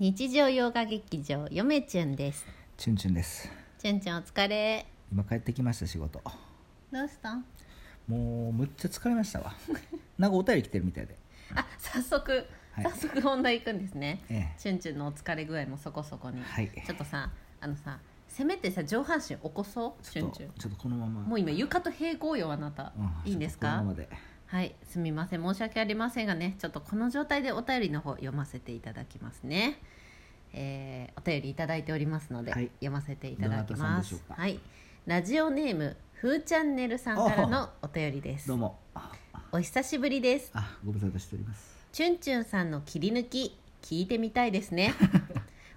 日常洋画劇場よめちゅんですチュンチュンですちゅんちゅんお疲れ今帰ってきました仕事どうしたんもうむっちゃ疲れまし たわなんかお便り来てるみたいであ早速、はい早速本題行くんですねええちゅんちゅんのお疲れ具合もそこそこに、はいちょっとさあのさせめてさ上半身起こそうちちゅょんっとちちゅんょっとこのままもう今床と平行よあなた、うんいいんですちょっとかこのままではいすみません申し訳ありませんがねちょっとこの状態でお便りの方読ませていただきますね、えーお便りいただいておりますので、はい読ませていただきどなたさんまでしすょうかはいラジオネームふーチャンネルさんからのお便りですどうもあお久しぶりですあご無沙汰しておりますチュンチュンさんの切り抜き聞いてみたいです ね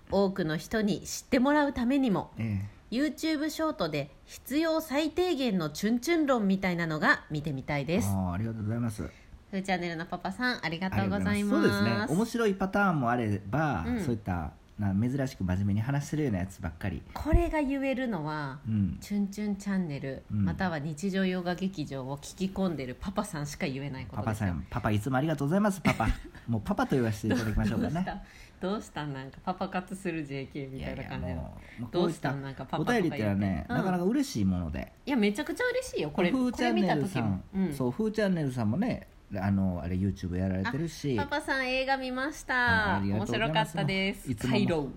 多くの人に知ってもらうためにもえ YouTube ショートで必要最低限のチュンチュン論みたいなのが見てみたいえですああありがとうございますふーチャンネルのパパさんありがとうございまありすがとうございますそうですね面白いパターンもあれば、うんそういったな珍しく真面目に話してるようなやつばっかりこれが言えるのはうん「チュンチュンチャンネル」うんまたは日常洋画劇場を聞き込んでるパパさんしか言えないこパとでパすよさんパパいつもありがとうございますパ パもうパパと言わせていただきましょうかどうしねたどうしたんなんかパパ活する JK みたいな感じのいやもうもうこどうういっしたたんなんかパパおとか便り言っっててのはね、うんなかなか嬉しいものでめちゃくちゃ嬉しいよこれフこーチれャン見ネたル時さもん、、うん、そうフーチャンネルさんもねあのあれ YouTube やられてるしパパさん映画見ましあたあり面がとうござい白かまっすたですいつものカイロウ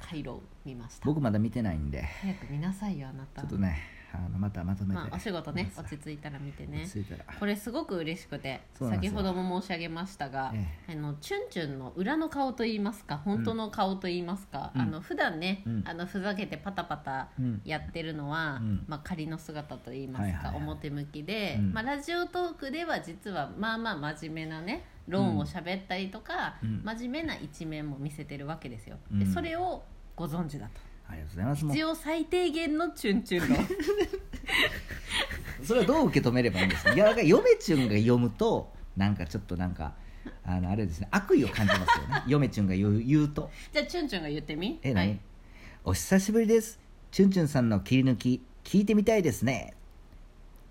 カイロウ見ました僕まだ見てないんで早く見なさいよあなたちょっとねあのまたまとめて、まあお仕事ね皆さん落ち着いたら見てね落ち着いたらこれすごく嬉しくてそうなんで先すよほども申し上げましたが、えあのチュンチュンの裏の顔といいますか本当の顔といいますか、うんあの普段ね、うんあのふざけてパタパタうんやってるのは、うんまあ、仮の姿といいますか、はいはいはい表向きで、うんまあ、ラジオトークでは実はまあまあ真面目なね論を喋ったりとか、うん真面目な一面も見せてるわけですよ。うでんそれをご存知だとありがとうございますも必要最低限のチュンチ ュン論うそれはどう受け止めればいいんですかいやだから嫁チュンが読むとなんかちょっとなんかあのあれですね悪意を感じますよね嫁チュンが言う言うとじゃあチュンチュンが言ってみえは何、い、お久しぶりですチュンチュンさんの切り抜き聞いてみたいですね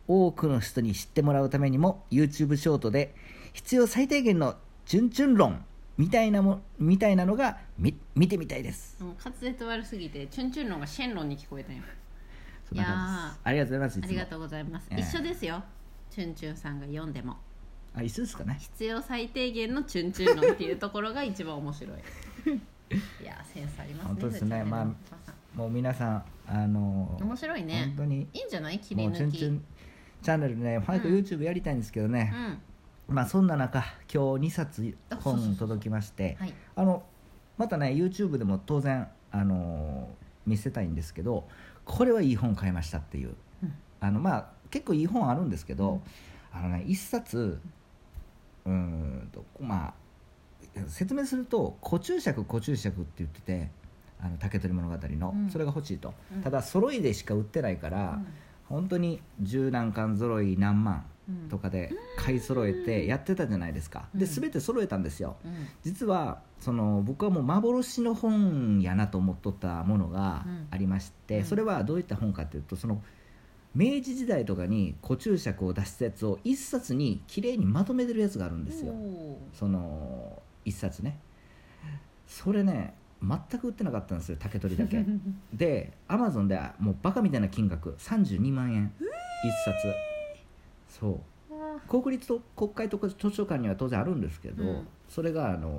多くの人に知ってもらうためにも YouTube ショートで必要最低限のチュンチュン論みたいなもみたいなのがみ見てみたいですもう滑舌悪すぎてチュンチュン論がシェンロンに聞こえたよそんな感じですありがとうございますいつあもりがとうございます、ええ一緒ですよチュンチュンさんが読んでもあ一緒ですかね必要最低限のチュンチュン論っていうところが一番面白いいやセンスありますね本当ですねまあチュンチュンさもう皆さんあのん面白いね本当にいいんじゃない切りもうチュ抜ンチきュンチャンネルね早くうん YouTube やりたいんですけどねう、んまあそんな中今日2冊あそうそうそう本届きましてはいあのまたね YouTube でも当然、あのー見せたいんですけどこれはいい本買いましたっていう、うんあのまあ結構いい本あるんですけど、あのね一冊うーんとまあ説明すると「古注釈古注釈」って言ってて「あの竹取物語の」うんそれが欲しいと、うんただ揃いでしか売ってないから、本当に十何巻揃い何万うんうんとかで買い揃えてやってたじゃないですか、でうん全て揃えたんですよ、うん実はその僕はもう幻の本やなと思っとったものがうんありまして、うんそれはどういった本かというとその明治時代とかに古注釈を出したやつを一冊にきれいにまとめてるやつがあるんですよおその一冊ねそれね全く売ってなかったんですよ竹取 だけーでアマゾンでもうバカみたいな金額32万円一冊そう国立と国会と図書館には当然あるんですけど、うんそれがあの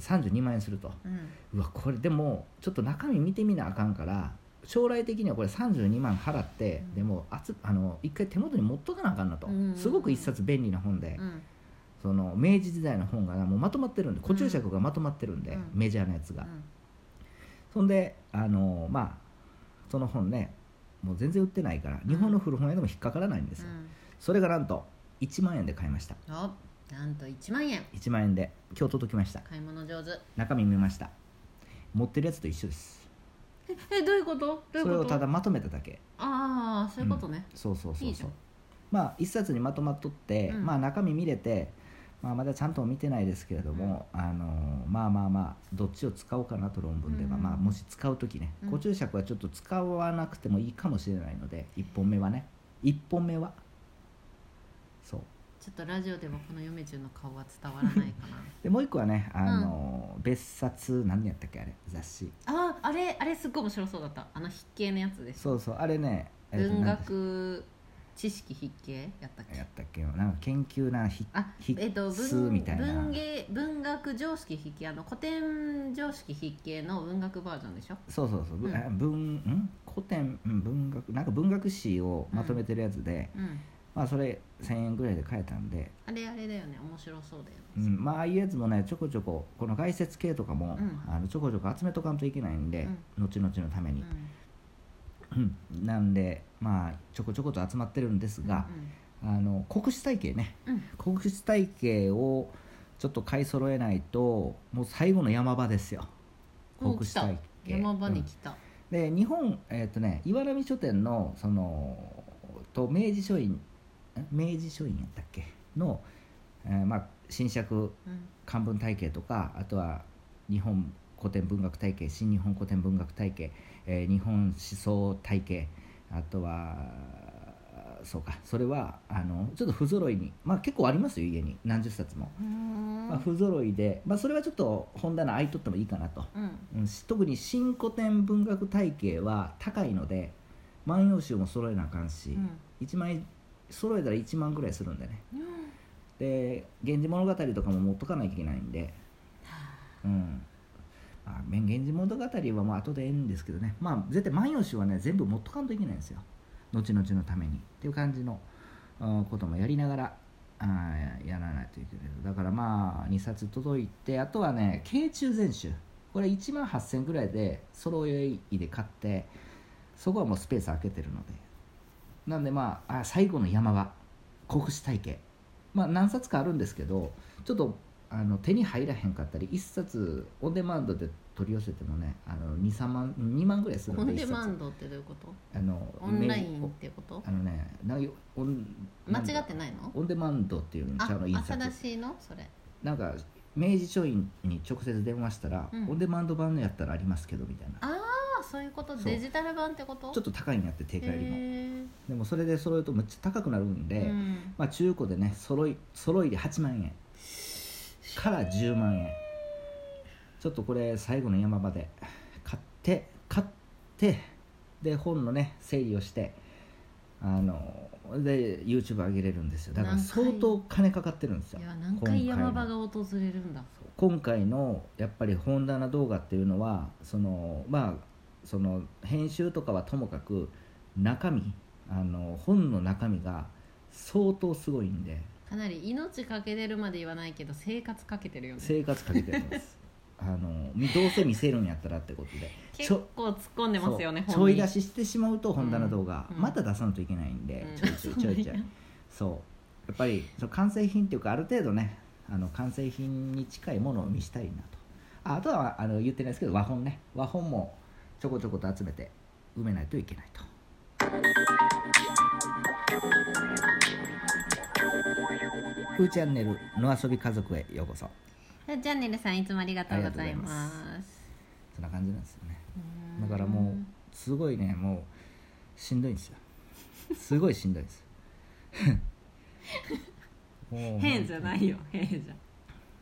32万円するとうんうわこれでもちょっと中身見てみなあかんから将来的にはこれ32万払って、うんでもあつあの一回手元に持っとかなあかんなと、うんすごく一冊便利な本で、うんその明治時代の本がなもうまとまってるんで古注釈がまとまってるんで、うんメジャーなやつうが、んそんであのまあその本ねもう全然売ってないから日本の古本屋でも引っかからないんですよ、うんそれがなんと1万円で買いましたおなんと1万円1万円で今日届きました買い物上手中身見ました持ってるやつと一緒ですえどういうことどういうことそれをただまとめただけああそういうことね、そうそうそういいじゃそうんまあ一冊にまとまっとって、うんまあ中身見れて、まあ、まだちゃんとは見てないですけれども、あのーまあまあまあどっちを使おうかなと論文では、うんまあもし使う時ねうんご注釈はちょっと使わなくてもいいかもしれないので、一1本目はね1本目はそうちょっとラジオでもこの嫁中の顔は伝わらないかなでもう一個はねあの、別冊何やったっけあれ雑誌 あああれあれすっごい面白そうだったあの筆形のやつですそうそうあれねえっと文なんだ学知識筆形やったっやっけたっけなんか研究な筆あえっと数文みたいな文芸文学常識筆形あの古典常識筆形の文学バージョンでしょそうそうそう、ぶうんあ文ん古典、うん、文学なんか文学史をまとめてるやつで、うんまあそれ1000円ぐらいで買えたんで、あれあれだよね面白そうだようね、ん、まあああいうやつもねちょこちょここの外説系とかも、うんあのちょこちょこ集めとかんといけないんで、後々のためうんに、うんなんでまあちょこちょこと集まってるんですが、あの国史体系ねうんうん国史体系をちょっと買い揃えないともう最後の山場ですよお国史体系山場うにん来た、で日本えーっ、とね岩波書店のそのと明治書院ん明治書院やったっけの、えーまあ新釈うん漢文体系とかあとは日本古典文学体系新日本古典文学体系、えー日本思想体系あとはそうかそれはあのちょっと不揃いにまあ結構ありますよ家に何十冊も、うんまあ、不揃いで、まあ、それはちょっと本棚空いとってもいいかなとうんうん特に新古典文学体系は高いので「万葉集」も揃えなあかんし、うん一枚揃えたら1万ぐらいするんでねうんで「源氏物語」とかも持っとかなきゃいけないんでうんあめ源氏物語はもう後でええんですけどねまあ絶対「万葉集」はね全部持っとかんといけないんですよ後々のためにっていう感じのうんこともやりながらあーやらないといけないだからまあ2冊届いてあとはね慶中全集これ1万8000円ぐらいで揃いで買ってそこはもうスペース空けてるのでなんでまああ最後の山場国史体系まあ何冊かあるんですけどちょっとあの手に入らへんかったり1冊オンデマンドで取り寄せてもねあの23万2万ぐらいするオのでン一デ冊マンドってどういうことあのオンラインってことあのね、なんかオン間違っていないのオンデマンドっていうのあちゃうの印あ刷正しいのそれなんか明治書院に直接電話したら、うんオンデマンド版のやったらありますけどみたいなああそういうことそうデジタル版ってことちょっっと高いんやって定と価よりもへでもそれで揃えるとめっちゃ高くなるんで、えうんまあ中古でね揃い揃いで8万円から10万円ちょっとこれ最後の山場で買って買ってで本のね整理をしてあので YouTube 上げれるんですよだから何回相当金かかってるんですよいや何回山場が訪れるんだ今回のやっぱり本棚動画っていうのはそのまあその編集とかはともかく中身あの本の中身が相当すごいんでかなり命かけてるまで言わないけど生活かけてるよね生活かけてます あのみどうせ見せるんやったらってことで結構突っ込んでますよねそうち本ょにい出ししてしまうと本棚動画、うんうんまた出さないといけないんで、うんちょいちょいちょいちょいそうやっぱりその完成品っていうかある程度ねあの完成品に近いものを見したいなとああとはあの言ってないですけど和本ね和本もちょこちょこと集めて埋めないといけないと「ふーチャンネルの遊び家族へようこそチャンネルさんいつもありがとうございますあそんな感じなんですよねうだんからもうすごいねもうしんどいんですよすごいしんどいです もう変じゃないよ変じゃ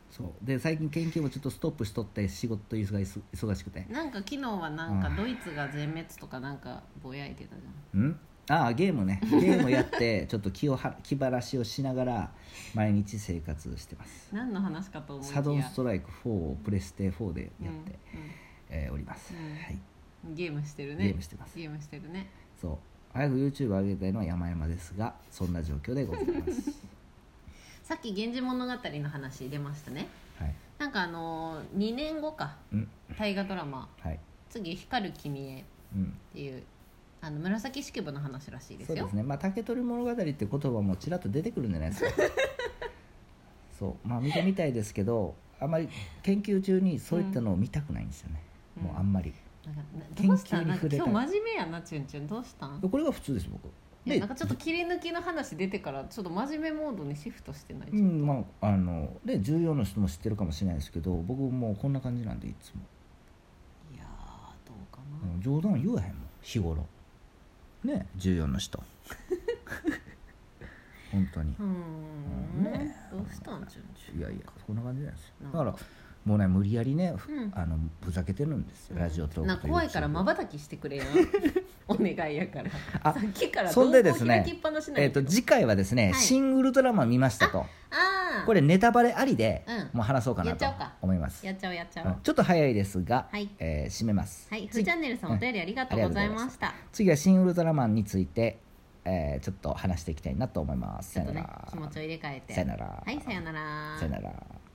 そうで最近研究もちょっとストップしとって仕事忙し忙しくてんなんか昨日はなんかうんドイツが全滅とかなんかぼやいてたじゃうんああゲームねゲームやって ちょっと気をは気晴らしをしながら毎日生活してますん何の話かと思いきやサドンストライク4をプレステ4でやって、うんうんえーおります、うんはいゲームしてるねゲームしてますゲームしてるねそう早く YouTube 上げたいのは山々ですがそんな状況でございます、 さっき「源氏物語」の話出ましたねはいなんかあのー、2年後かうん大河ドラマはい「次光る君へ」っうんていうあの紫式部の話らしいですそうよですね、まあ、竹取物語っていう言葉もちらっと出てくるんじゃない ですかそうまあ見てみたいですけどあんまり研究中にそういったのを見たくないんですよね、うんもうあんまりなんかな研究にどうしたなんか触れた今日真面目やなチュンチュンどうしたんこれが普通です僕いやでなんかちょっと切り抜きの話出てからちょっと真面目モードにシフトしてない、うんまああので14の人も知ってるかもしれないですけど僕もうこんな感じなんでいつも、いやーどうかうな、ん冗談言わへんもん日頃ね14の人本当にうーんねどうしたんちゅんちゅんいやいやそんな感じなんですなよんだかからもうね無理やりね、ふうんあのふざけてるんですよ、ラジオトークとなんか怖いから YouTube まばたきしてくれ よお願いやからあさっきからそんでですね瞳孔開きっぱなしなんえやー、けとど次回はですね「い新ウルトラマン見ましたと」ああこれネタバレありで、うんもう話そうかなとやっちゃおうか思いますやっちゃおうやっちゃおう、うんちょっと早いですが、はいえー締めます、はいふー次チャンネルさんお便りありがとうございました、次は「新ウルトラマン」について、えーちょっと話していきたいなと思いますちさょっよとなねら気持ちを入れ替えてさよならはいさよならさよなら